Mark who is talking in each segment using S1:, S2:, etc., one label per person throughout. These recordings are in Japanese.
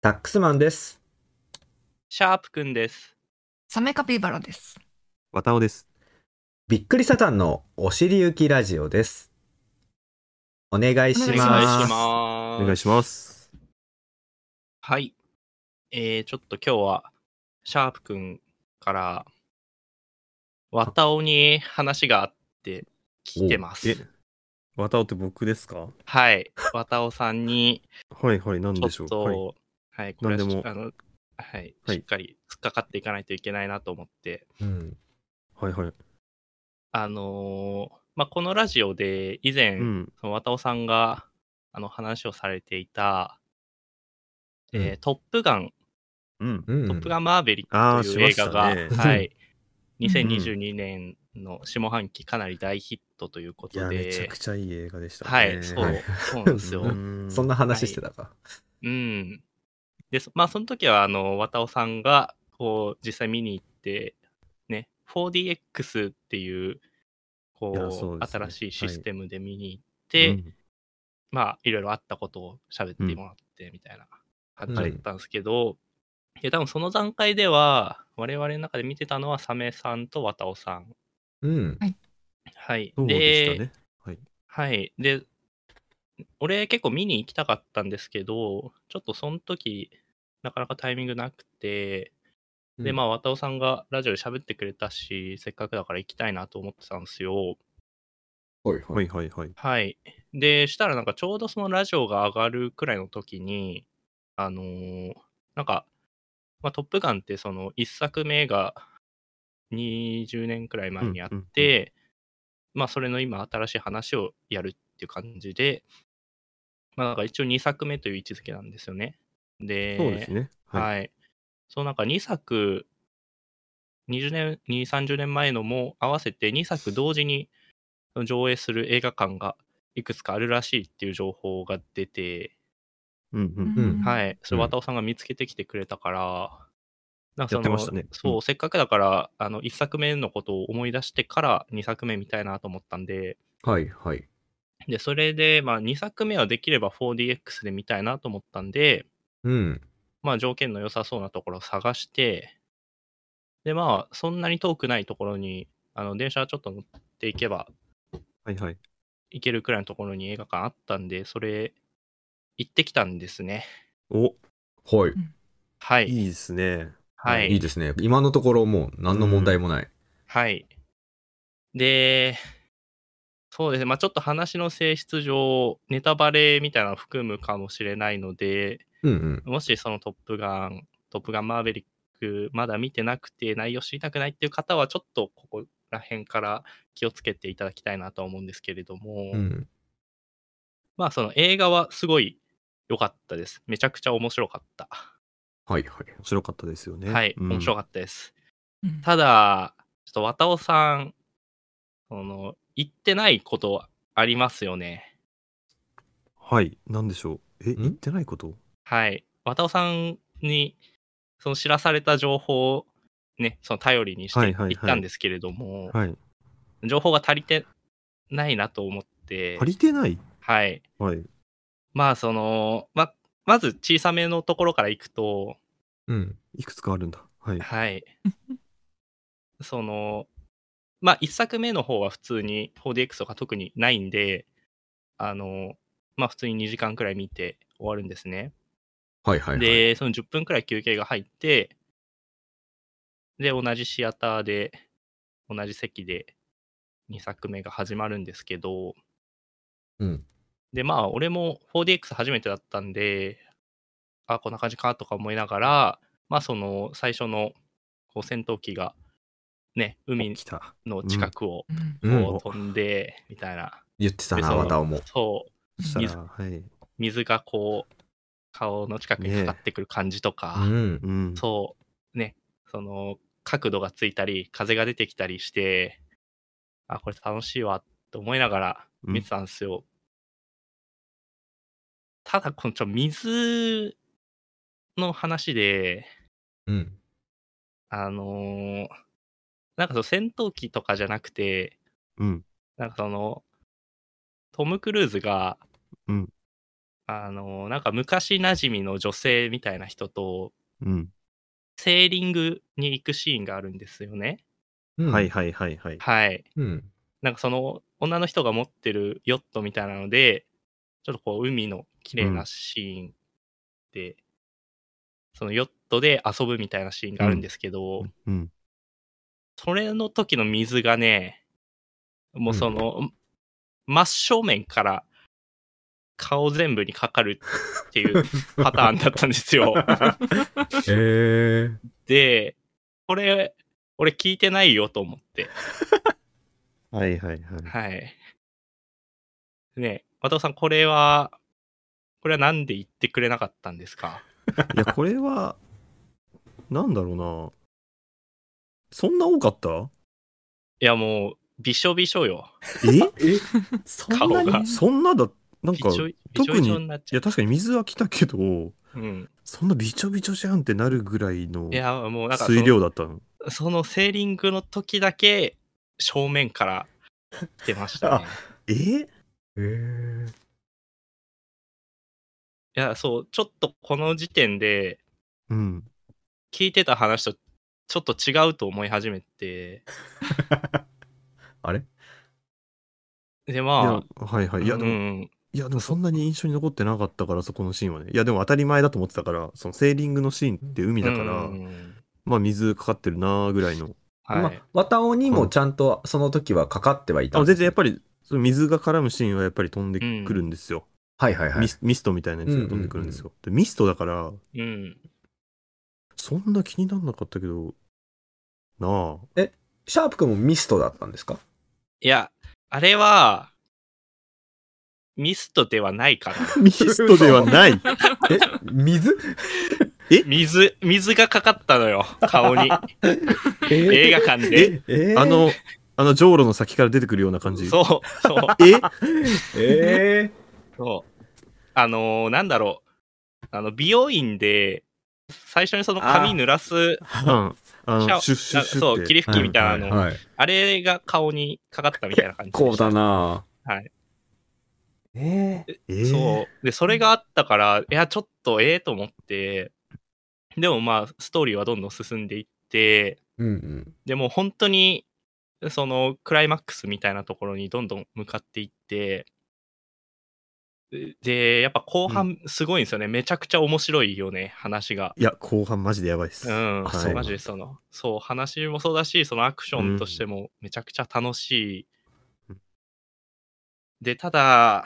S1: タックスマンです。
S2: シャープくんです。
S3: サメカピバラです。
S4: わたおです。
S1: びっくりサタンのお尻行きラジオです。お願いし
S2: お
S1: ま
S3: お
S2: 願
S1: す。
S2: いし
S3: 願いし
S2: ます。
S4: お願いします。
S2: はい。えー、ちょっと今日は、シャープくんから、わたおに話があって聞いてま
S4: え
S2: す。、
S4: わたおって僕ですか
S2: はい。わたおさんに、
S4: はいはい、なんでし
S2: ちょ
S4: ょ
S2: っ
S4: う。はい、
S2: と、はい、これは
S4: 何でも
S2: あの、はい、
S4: はい
S2: しっかり突っかかっていかないといけないなと思って、
S1: うん
S4: はいはい。
S2: あのーまあ、このラジオで以前、
S4: うん。
S2: そのわたおさんが、あの、話をされていた、えー
S1: うん
S2: トップガン
S4: うん。
S1: うん
S2: トップガンマーベリ
S4: あ
S2: ッ
S4: ー
S2: クと
S4: し
S2: いう
S4: ま
S2: 映
S4: し
S2: 画
S4: た
S2: が、
S4: ね
S2: はい、
S3: うん
S2: 2022年の下半期かなり大ヒットというこ
S4: いや、
S2: と
S4: めちゃ
S2: で
S4: く、ちゃいい映画でしたね。
S2: はい、そう
S1: はい、
S2: そうなんですよ。
S4: うん
S1: そんな話してたか。
S2: うん。で、そまあ、その時は、あの、渡尾さんが、こう、実際見に行って、ね、4DX っていう、
S4: いやそ
S2: こ
S4: う
S2: う、
S4: ですね
S2: 新しいシステムで見に行っ
S4: う
S2: て、
S4: ん
S2: まあ、いろいろあったことを喋ってもらって、みたいな感じだったんですけど、いや、多分その段階では、我々の中で見てたのは、サメさんと渡尾さん。
S1: うん。
S2: はい。
S4: そうでしたね。
S2: はい。で、俺結構見に行きたかったんですけど、ちょっとその時、なかなかタイミングなくて、で、まあ、渡尾さんがラジオで喋ってくれたし、せっかくだから行きたいなと思ってたんですよ。
S1: はいは。
S4: はいいはいはい。
S2: はい。で、したらなんかちょうどそのラジオが上がるくらいの時に、あのーなんか、まあ、トップガンってその一作目が20年くらい前にあって、まあそれの今新しい話をやるっていう感じで、まあなんか一応2作目という位置づけなんですよね。で、
S4: そうですね。はい。
S2: はい。そのなんか2作、20年、2、30年前のも合わせて2作同時に上映する映画館がいくつかあるらしいっていう情報が出て、
S4: うんうん。
S1: ん
S2: はい。それ、
S4: うん
S2: 渡尾さんが見つけてきてくれたから、なんか
S4: やってましたね
S2: そうう、せっかくだから、あの、1作目のことを思い出してから2作目見たいなと思ったんで、
S1: はいはい。
S2: で、それで、まあ、2作目はできれば 4DX で見たいなと思ったんで、
S1: うん。
S2: まあ条件の良さそうなところを探して、でまあそんなに遠くないところに、あの電車ちょっと乗っていけば
S4: はいはい。
S2: 行けるくらいのところに映画館あったんで、それ行ってきたんですね。
S4: お、
S1: はい。
S2: はい。
S4: いいですね。
S2: はい
S1: い
S2: い。
S1: ですね。今のところもう何の問題もない。
S2: はい。で、そうですね。まあちょっと話の性質上、ネタバレみたいなのを含むかもしれないので、
S1: うんうん。
S2: もしそのトップガン、トップガンマーベリック、まだ見てなくて内容知りたくないっていう方は、ちょっとここら辺から気をつけていただきたいなとは思うんですけれども、
S1: うん。
S2: まあその映画はすごい良かったです。めちゃくちゃ面白かった。
S1: はいはい。
S4: 面白かったですよね。
S2: はい、面白
S4: かっ
S2: かったです。
S3: うん
S2: ただ、ちょっと渡尾さん、その、言ってないことありますよね。
S4: た。はい。なんでしょう。え、
S1: ん
S4: 言ってないこと
S2: はい。渡尾さんに、その知らされた情報を、ね、その頼りにして
S4: はいはいはい
S2: 行ったんですけれども、
S4: はい。
S2: 情報が足りてないなと思って、
S4: 足りてない
S2: はい。
S4: はい。
S2: まあ、その、ま、まず小さめのところから行くと、
S1: うん。
S4: いくつかあるんだ。 はい。
S2: はい。その、まあ、一作目の方は普通に 4DX とか特にないんで、あの、まあ、普通に2時間くらい見て終わるんですね。
S1: はいはいはい。
S2: で、その10分くらい休憩が入って、で、同じシアターで、同じ席で2作目が始まるんですけど、
S1: うん。
S2: で、まあ、俺も 4DX 初めてだったんで、あ、こんな感じかとか思いながら、まあ、その、最初の、こう、戦闘機が、ね、海
S4: 来た。
S2: の近くを、
S3: うん
S1: う
S2: こ
S1: ん。
S2: う、飛んで、みたいな。
S1: 言ってた
S2: で
S1: な、
S2: その
S1: また思う。
S2: そう、
S4: そしたら、はい。
S2: 水がこう、顔の近くにかかってくる感じとか、
S1: うん。
S4: うん。
S2: そう、ね、その、角度がついたり、風が出てきたりして、あ、これ楽しいわって思いながら見てたんですよ。ただ、このちょ、水の話で、
S1: うん。
S2: あのーなんかその戦闘機とかじゃなくて、
S4: うん。
S2: なんかその、トム・クルーズが、
S4: うん
S2: あの、なんか昔馴染みの女性みたいな人と、
S4: うん。
S2: セーリングに行くシーンがあるんですよね。
S1: うん
S4: はい。はいはいはい。
S2: はい。
S1: うん。
S2: なんかその女の人が持ってるヨットみたいなので、ちょっとこう海の綺麗なシーンで、そのヨットで遊ぶみたいなシーンがあるんですけど、
S4: うん。
S2: それの時の水がね、もうその、真正面から顔全部にかかるって いうパターンだったんですよ。
S1: へえ。
S2: で、これ、俺聞いてないよと思って。
S4: はいはいはい。
S2: はい。 ねえ、和田さん、これは、これはなんで言ってくれなかったんですか
S4: い や、これは、なんだろうな。そんな多かった
S2: いや、もう、びしょびしょよ。
S4: え
S1: そ
S2: んなに顔が
S4: そんなだ、なん
S2: び
S4: か、
S2: ちょ
S4: い
S2: びちょびちょになっちゃ
S4: や、
S2: う。
S4: 確かに水は来たけど、
S2: うん。
S4: そんなびちょびちょじゃんってなるぐらいの
S2: いや、もうなんかそ
S4: 水量
S2: の、
S4: だったの。
S2: そのセーリングの時だけ、正面から出ました ね。
S4: え
S1: へえ。
S2: いや、そう、ちょっとこの時点で、
S4: うん。
S2: 聞いてた話とちょっと違うと思い始めて、
S1: あれ
S2: で、
S4: い
S2: ま
S4: や
S2: あ、
S4: はいはい。いや、
S2: う
S4: でも、
S2: ん、
S4: いや、でもそんなに印象に残ってなかったから、そこのシーンはね。いや、でも当たり前だと思ってたから、そのセーリングのシーンって海だから、
S2: うん
S4: まあ水かかってるなーぐらいの。
S2: はい、
S1: まあ、綿尾にもちゃんとその時はかかってはいた
S4: あ
S1: ん
S4: の
S1: で
S4: 全
S1: す
S4: 然
S1: ね、
S4: やっぱり、その水が絡むシーンはやっぱり飛んでくるんですよ。
S1: はいはいはい
S4: ミ。スミストみたいなやつが飛んでくるんですよ。でミストだから、
S2: うん。
S4: そんな気になんなかったけど、なあ。
S1: シャープ君もミストだったんですか
S2: いや、あれは、ミストではないかな。
S4: ミストではない。
S1: え、水
S2: 水、水がかかったのよ、顔に。映画館で。
S1: ええー
S4: あ、の、あの、じょうろの先から出てくるような感じ。
S2: そう、そう、
S4: え
S1: え
S2: そう。あのーなんだろう。あの、美容院で、最初にその髪濡らす、
S4: うん。あ
S2: シャ
S4: の、
S2: ワ
S4: シュッシュッシュッて。
S2: そう、霧吹きみたいなの、
S1: はいはい。
S2: あれが顔にかかったみたいな感じでした。
S1: こうだな
S2: はい。
S1: ええ
S4: えー
S2: そう。で、それがあったから、いや、ちょっとええと思って、でもまあ、ストーリーはどんどん進んでいって、
S1: うんうん。
S2: でもう本当に、そのクライマックスみたいなところにどんどん向かっていって、でで、やっぱ後半すごいんですよね。めちゃくちゃ面白いよね、話が。
S4: いや、後半マジでやばいっす。
S2: うん、
S1: あそう
S2: マジでその、そう、話もそうだし、そのアクションとしてもめちゃくちゃ楽しい。
S4: うん
S2: で、ただ、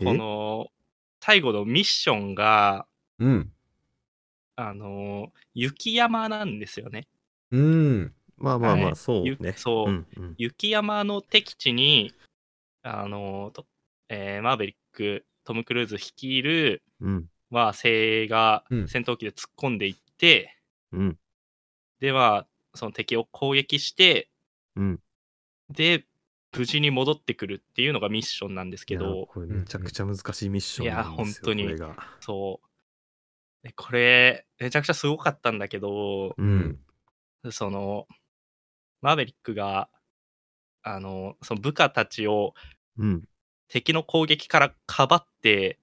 S4: え
S2: この、最後のミッションが、
S1: うん。
S2: あの、雪山なんですよね。
S1: うん。
S4: まあまあま
S2: は
S4: あ、
S2: い
S4: そう
S2: ゆ
S4: ね。
S2: そう
S4: うんうん
S2: 雪山の敵地に、あの、とえーマーベリック、トム・クルーズ率いる、
S4: うん。
S2: まあ、精鋭が
S1: うん
S2: 戦闘機で突っ込んでいって、
S4: うん。
S2: で、まあ、その敵を攻撃して、
S4: うん。
S2: で、無事に戻ってくるっていうのがミッションなんですけ
S4: いや
S2: ど、
S4: これめちゃくちゃ難しいミッションなんです
S2: いや
S4: よ。
S2: 本当に
S4: これが。
S2: そう。でこれ、めちゃくちゃすごかったんだけど、
S4: う。。
S1: うん
S2: その、マーベリックが、あの、その部下たちを
S4: うん。
S2: 敵の攻撃からかばって、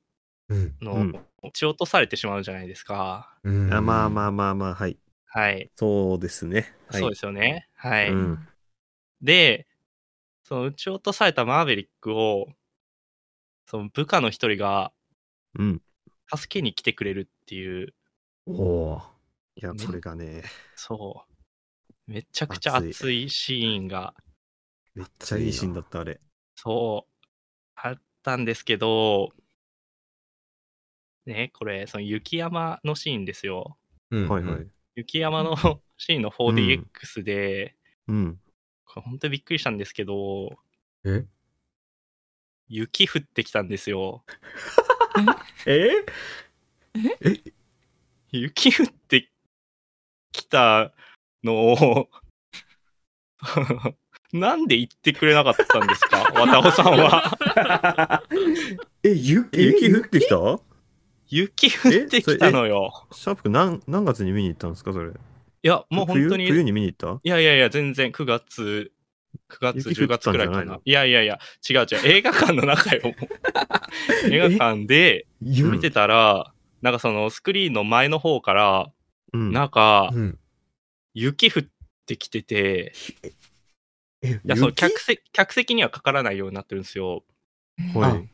S1: うん。
S2: の、
S4: うん
S2: 撃ち落とされてしまうじゃないですか。
S1: うん
S4: あまあまあまあまあ、はい。
S2: はい。
S4: そうですね。はい、
S2: そうですよね。はい。
S4: うん
S2: で、その撃ち落とされたマーベリックを、その部下の一人が
S4: うん。
S2: 助けに来てくれるっていう、
S1: おー
S4: いや、これがね、
S2: そう。めちゃくちゃ熱いシーンが、
S4: めっちゃいいシーンだった、あれ。
S2: そう、あったんですけど、ね、これ、その雪山のシーンですよ。
S1: うん
S4: はいはい。。
S2: 雪山の シーンの 4DX で、
S4: うん。
S2: これ本当にびっくりしたんですけど、
S1: え
S2: 雪降ってきたんですよ。
S1: え
S2: 雪降ってきたのを なんで言ってくれなかったんですか 渡尾さんは。
S4: え、雪雪降ってきた
S2: 雪降ってきたのよ。
S4: シャープくん何、何月に見に行ったんですか、それ。
S2: いや、もう本当に、
S4: 冬冬
S2: い
S4: に見に行った
S2: やいやいや、全然9月9月、
S4: 雪
S2: 10
S4: 降って
S2: 月
S4: たん
S2: く
S4: じゃ
S2: ら
S4: ないいの
S2: かな。いやいやいや、違う違う。 映画館の中よ。もう映画館で
S1: ゆ
S2: 見てたら、なんかそのスクリーンの前の方から、
S4: うん。
S2: なんか
S1: うん。
S2: 雪降ってきてて、
S1: え、
S2: いやそう
S1: 雪
S2: 客席客席にはかからないようになってるんですよ。
S4: は
S1: あ
S4: い。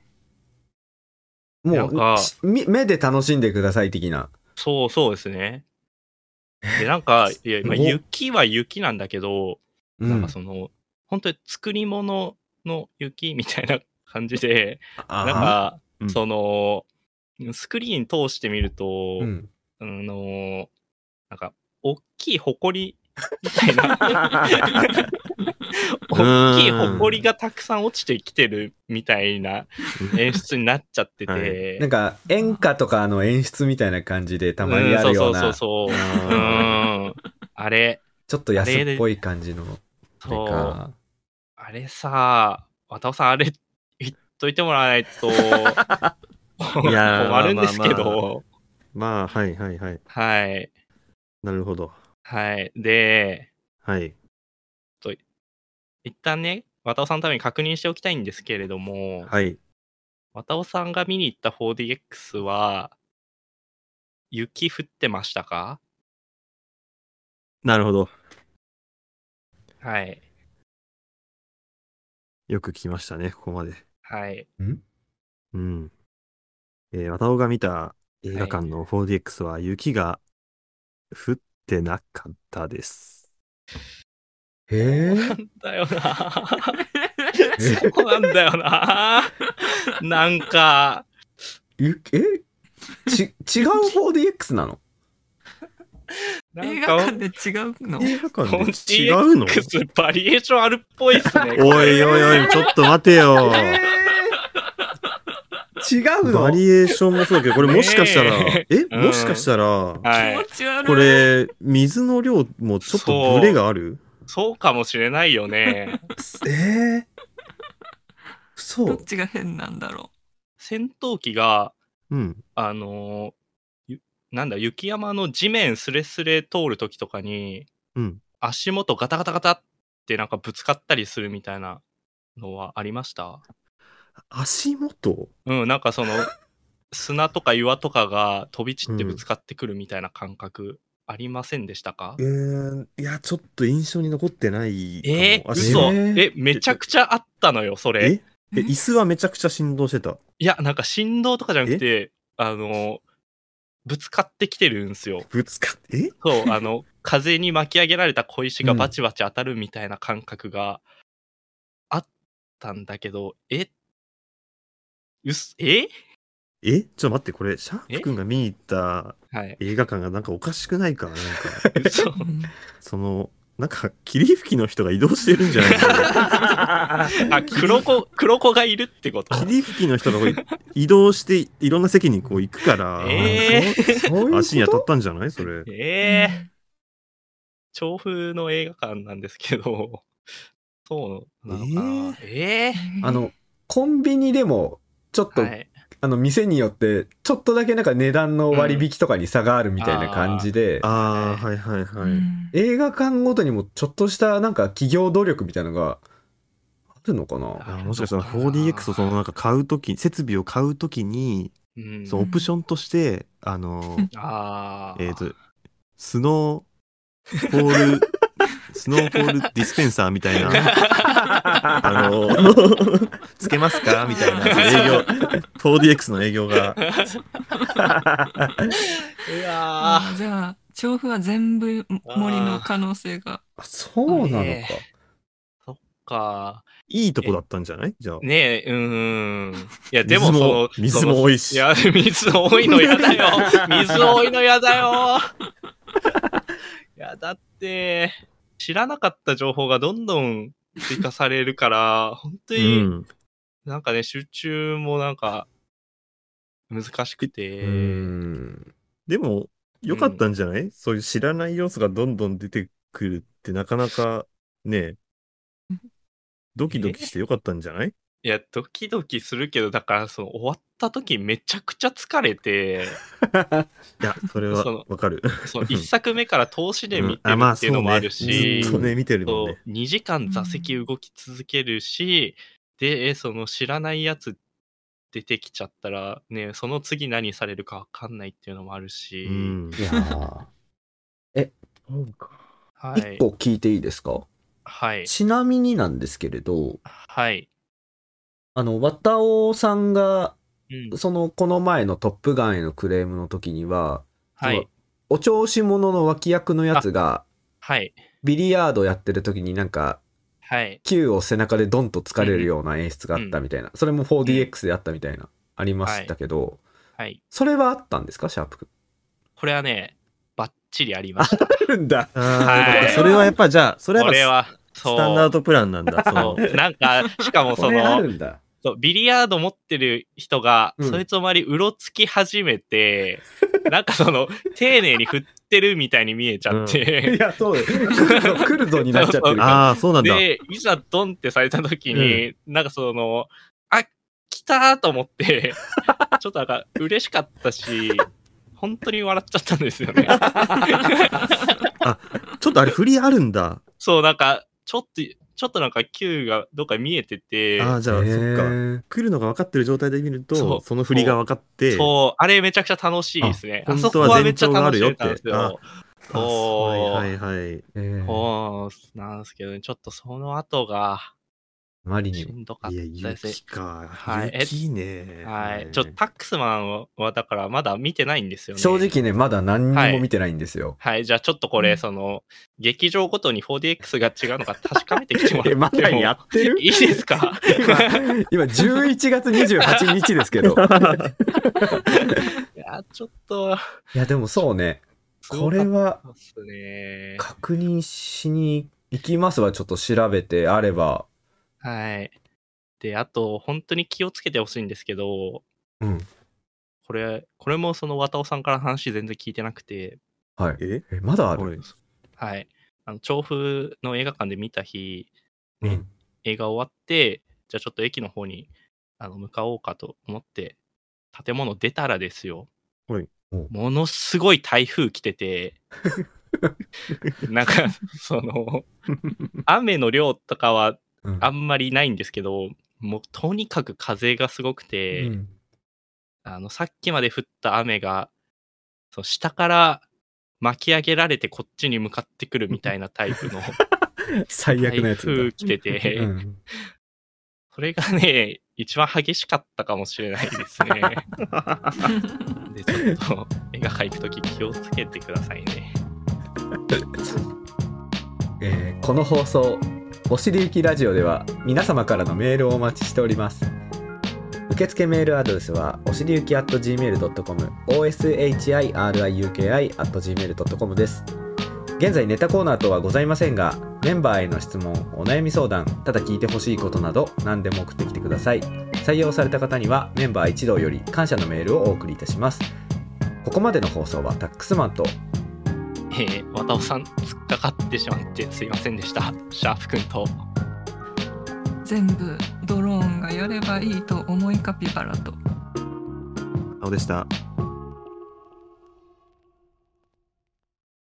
S1: も
S2: なんか
S1: うしみ目で楽しんでください的な。
S2: そうそうですね。で、なんか、いや、まあ
S1: すごっ
S2: 雪は雪なんだけど、
S1: う
S2: なんかその、本当に作り物の雪みたいな感じで、
S1: あ
S2: なん
S1: ー
S2: か、
S4: うん
S2: その、スクリーン通してみると、
S1: うん、
S2: あの、なんか、大きい埃みた いな、 大きい埃がたくさん落ちてきてるみたいな演出になっちゃってて、
S4: はい
S1: なんか演歌とかの演出みたいな感じでたまにあるよう
S2: そ
S1: な
S2: う
S1: ちょ
S2: そうそうそう。う
S4: あ
S2: ん。あれ、
S1: っと安っぽい感じのあれ
S2: そう。
S1: か
S2: あれさ、渡尾さん、あれ、言っといてもらわないと、
S4: いやー
S2: 困るんですけ
S4: まあまあ
S2: ど、
S4: ー まあ、はいはいはい。
S2: はい。
S4: なるほど。
S2: はい。で、
S4: はい。
S2: 一旦ね、渡尾さんのために確認しておきたいんですけれども、
S4: はい。
S2: 渡尾さんが見に行った 4DX は、雪降ってましたか
S4: なるほど。
S2: はい。
S4: よく聞きましたね、ここまで。
S2: はい。
S4: うん。えー、渡尾が見た映画館の 4DX は雪が降ってなかったです。
S1: へえ
S2: だ よなそうなんだよななんか、
S1: ゆえち違う 4DX なの
S2: な
S3: 映
S2: ん
S3: 画
S2: か、
S3: 館で違うの
S4: 映画館で違うの
S2: 4DX バリエーションあるっぽいっす ね。
S4: おいおい おい、ちょっと待てよ。
S1: 違うの
S4: バリエーションもそうだけど、これもしかしたら、
S2: ね
S4: え
S2: うん
S4: もしかしたら、
S3: 気
S2: は
S3: 持
S2: い。
S3: ち悪い。
S4: これ、水の量もちょっとブレがある
S2: そうかもしれないよね。
S1: えー、そ
S3: ど
S1: う
S3: っちが変なんだろ
S2: 戦闘機が、
S4: うん。
S2: あのーゆなんだ、雪山の地面すれすれ通るときとかに、
S4: うん
S2: 足元ガタガタガタってなんかぶつかったりするみたいなのはありました
S4: 足元
S2: うん、なんかその、砂とか岩とかが飛び散ってぶつかってくるみたいな感覚ありませんでしたか、
S4: えー、いや、ちょっと印象に残ってないかも。
S2: えー、
S4: 足
S2: 嘘
S1: えー
S2: え、めちゃくちゃあったのよ、それ。
S4: ええ椅子はめちゃくちゃ振動してた。
S2: いや、なんか振動とかじゃなくて、あの、ぶつかってきてるんですよ。
S4: ぶつかって、え
S2: そう、あの、 風に巻き上げられた小石がバチバチ当たるみたいな感覚があったんだけど、えうす、え
S4: えちょっと待って、これ、シャープくんが見に行った
S2: はい。
S4: 映画館がなんかおかしくないかなんか、
S2: 嘘
S3: う。うん
S4: その、なんか、霧吹きの人が移動してるんじゃないか。
S2: あ、黒子、黒子がいるってこと
S4: 霧吹きの人がこう移動して、いろんな席にこう行くから、
S2: えー
S1: そういう
S4: 足に当た
S1: こ
S4: ったんじゃないそれ。
S2: ええ調布の映画館なんですけど、そうなのかな。ええ
S1: とあのコンビニでもちょっと、
S2: はい。
S1: あの店によってちょっとだけなんか値段の割引とかに差があるみたいな感じで、
S4: ああ、はいはいは
S3: う
S4: い。
S3: ん
S1: 映画館ごとにもちょっとしたなんか企業努力みたいなのがあるのかな
S4: あもしかしたら 4DX をそのなんか買うとき、設備を買うときに、
S2: うん、
S4: そのオプションとして、あの、
S2: ああ。
S4: えっ、と、スノーフ ォール、スノーフォールディスペンサーみたいな、あの、つけますかみたいな営業、4DX の営業が、
S2: うわ
S3: あーじゃあ調布は全部森の可能性が
S1: あそうなのか、
S2: えーか。
S4: いいとこだったんじゃないじゃあ。
S2: ねえ、うーん。いや、でもそ
S4: 水
S2: のそ
S4: も、、水も
S2: の
S4: 多い
S2: い
S4: し。
S2: や、水多いの嫌だ よ。水多いの嫌だよ。いや、だって、知らなかった情報がどんどん追加されるから、本当
S4: う
S2: に、
S4: ん。
S2: なんかね、集中もなんか、難しくて。
S1: うーん
S4: でも、良かったんじゃない、そういう知らない要素がどんどん出てく るってなかなかね、ドキドキして良かったんじゃない
S2: いや、ドキドキするけど、だから、その終わった時めちゃくちゃ疲れて、
S4: いや、それ
S2: そ
S4: は
S2: の
S4: わかる。
S2: その一作目から通しで見て
S4: うん
S2: る
S4: あまあ
S2: っていうのもあるし、
S4: そうねずっとね、見てるもん
S2: そう
S4: ね。
S2: 2時間座席動き続けるし、で、その知らないやつ出てきちゃったら、ね、その次何されるかわかんないっていうのもあるし、
S4: うん。
S1: いや ー
S2: は
S1: 一
S2: い
S1: 個、聞いていいですか
S2: はい、
S1: ちなみになんですけれど、
S2: はい、
S1: あの、綿尾さんが、
S2: うん、
S1: その、この前のトップガンへのクレームの時には、
S2: は
S1: その
S2: い、
S1: お調子者の脇役のやつが、
S2: はい、
S1: ビリヤードやってる時になんか、
S2: はい、
S1: 球を背中でドンと疲れるような演出があったみたいな、それも 4DX であったみたいな、ありましたけど、
S2: はい。
S1: それはあったんですかシャープくん。
S2: これはね、ばっちりありました。
S1: あるんだ。
S4: ああ、
S2: はい
S4: それはやっぱじゃあ、 それは
S2: これ
S4: やっ
S2: は、
S4: ぱススタンダー
S2: そう。
S4: ドプランなんだ。そ
S2: そ
S4: の
S2: うなんか、しかも
S1: こ
S2: そ
S1: れあ
S2: の
S1: る、ん だ。
S2: そうビリヤード持ってる人が、
S1: うん
S2: そいつの周りうろつき始めて、 なんかその、丁寧に振ってるみたいに見えちゃっ
S1: い
S2: て、
S1: や、そうです。来るぞ、来るぞになっちゃってるか
S4: ああ、そうなんだ。
S2: で、いざドンってされた時に、なんかその、あ、来たーと思 って、ちょっとなんか嬉しかったし、本当に笑っちゃったんです よね。
S4: ちょっとあれ、振りあるんだ。
S2: そう、なんか、ちょっと、ちょっとなんか Q がどっか見えてて、
S4: ああ、じゃあ、
S1: ら。
S4: そっか。
S1: へー
S4: 来るのが分かってる状態で見る
S2: そ
S4: と、
S2: う
S4: その振りが分かって、
S2: そう、あれめちゃくちゃ楽しいですね。
S4: あ
S2: あそこはめっちゃ楽しめたんです
S4: 本
S2: よ。
S4: あ
S2: そう
S4: はいはいはい。
S1: へー
S2: そうなんですけどね、ちょっとその後が
S1: あまり
S2: し
S1: にも。
S2: んどかっ
S4: いや、
S2: たですね
S4: 雪。か。
S2: はい
S4: 雪ね。
S2: はい。ちょっとタックスマンはだからまだ見てないんですよね。
S1: 正。直ね、まだ何にも見てないんですよ。
S2: はい。じゃあちょっとこれ、その、劇場ごとに 4DX が違うのか確かめてきても
S1: え、
S2: ら
S1: ま
S2: って
S1: だ
S2: も
S1: やってる
S2: いいですか
S1: 今、今11月28日ですけど。
S2: いや、ちょっと、
S1: いや、でもそうね。
S2: す
S1: こ
S2: ごか
S1: れ
S2: っ
S1: は
S2: たっすね。
S1: 確認しに行きますはちょっと調べてあれば。
S2: はい。で、あと、本当に気をつけてほしいんですけど、
S1: うん。
S2: これ、これもその、綿尾さんから話全然聞いてなくて、
S1: はい。
S4: え
S1: え、まだあ
S4: は
S1: る
S4: い
S2: はい。あの、調布の映画館で見た日、
S1: う
S2: ね
S1: ん。
S2: 映画終わって、じゃあちょっと駅の方にあの向かおうかと思って、建物出たらですよ。
S4: はい
S1: お
S2: ものすごい台風来 てて、なんか、その、雨の量とかは
S1: うん
S2: あんまりないんですけど、もうとにかく風がすごくて、
S1: うん
S2: あの、さっきまで降った雨が、そう下から巻き上げられてこっちに向かってくるみたいなタイプの
S1: 最悪なや
S2: 台
S1: つだ。
S2: 風来てて、
S1: うん
S2: それがね、一番激しかったかもしれないですね。 で、ちょっと映画館行くとき気をつけてくださいね。
S1: えーこの放送「おしりゆきラジオ」では皆様からのメールをお待ちしております受付メールアドレスはおしりゆき at gmail.com oshiriuki at gmail.com です現在ネタコーナーとはございませんがメンバーへの質問お悩み相談ただ聞いてほしいことなど何でも送ってきてください採用された方にはメンバー一同より感謝のメールをお送りいたしますここまでの放送はタックスマンと
S2: えー、わたおさん、突っかかってしまってすいませんでした。シャープくんと。
S3: 全部ドローンがやればいいと思いカピバラと。
S4: 青でした。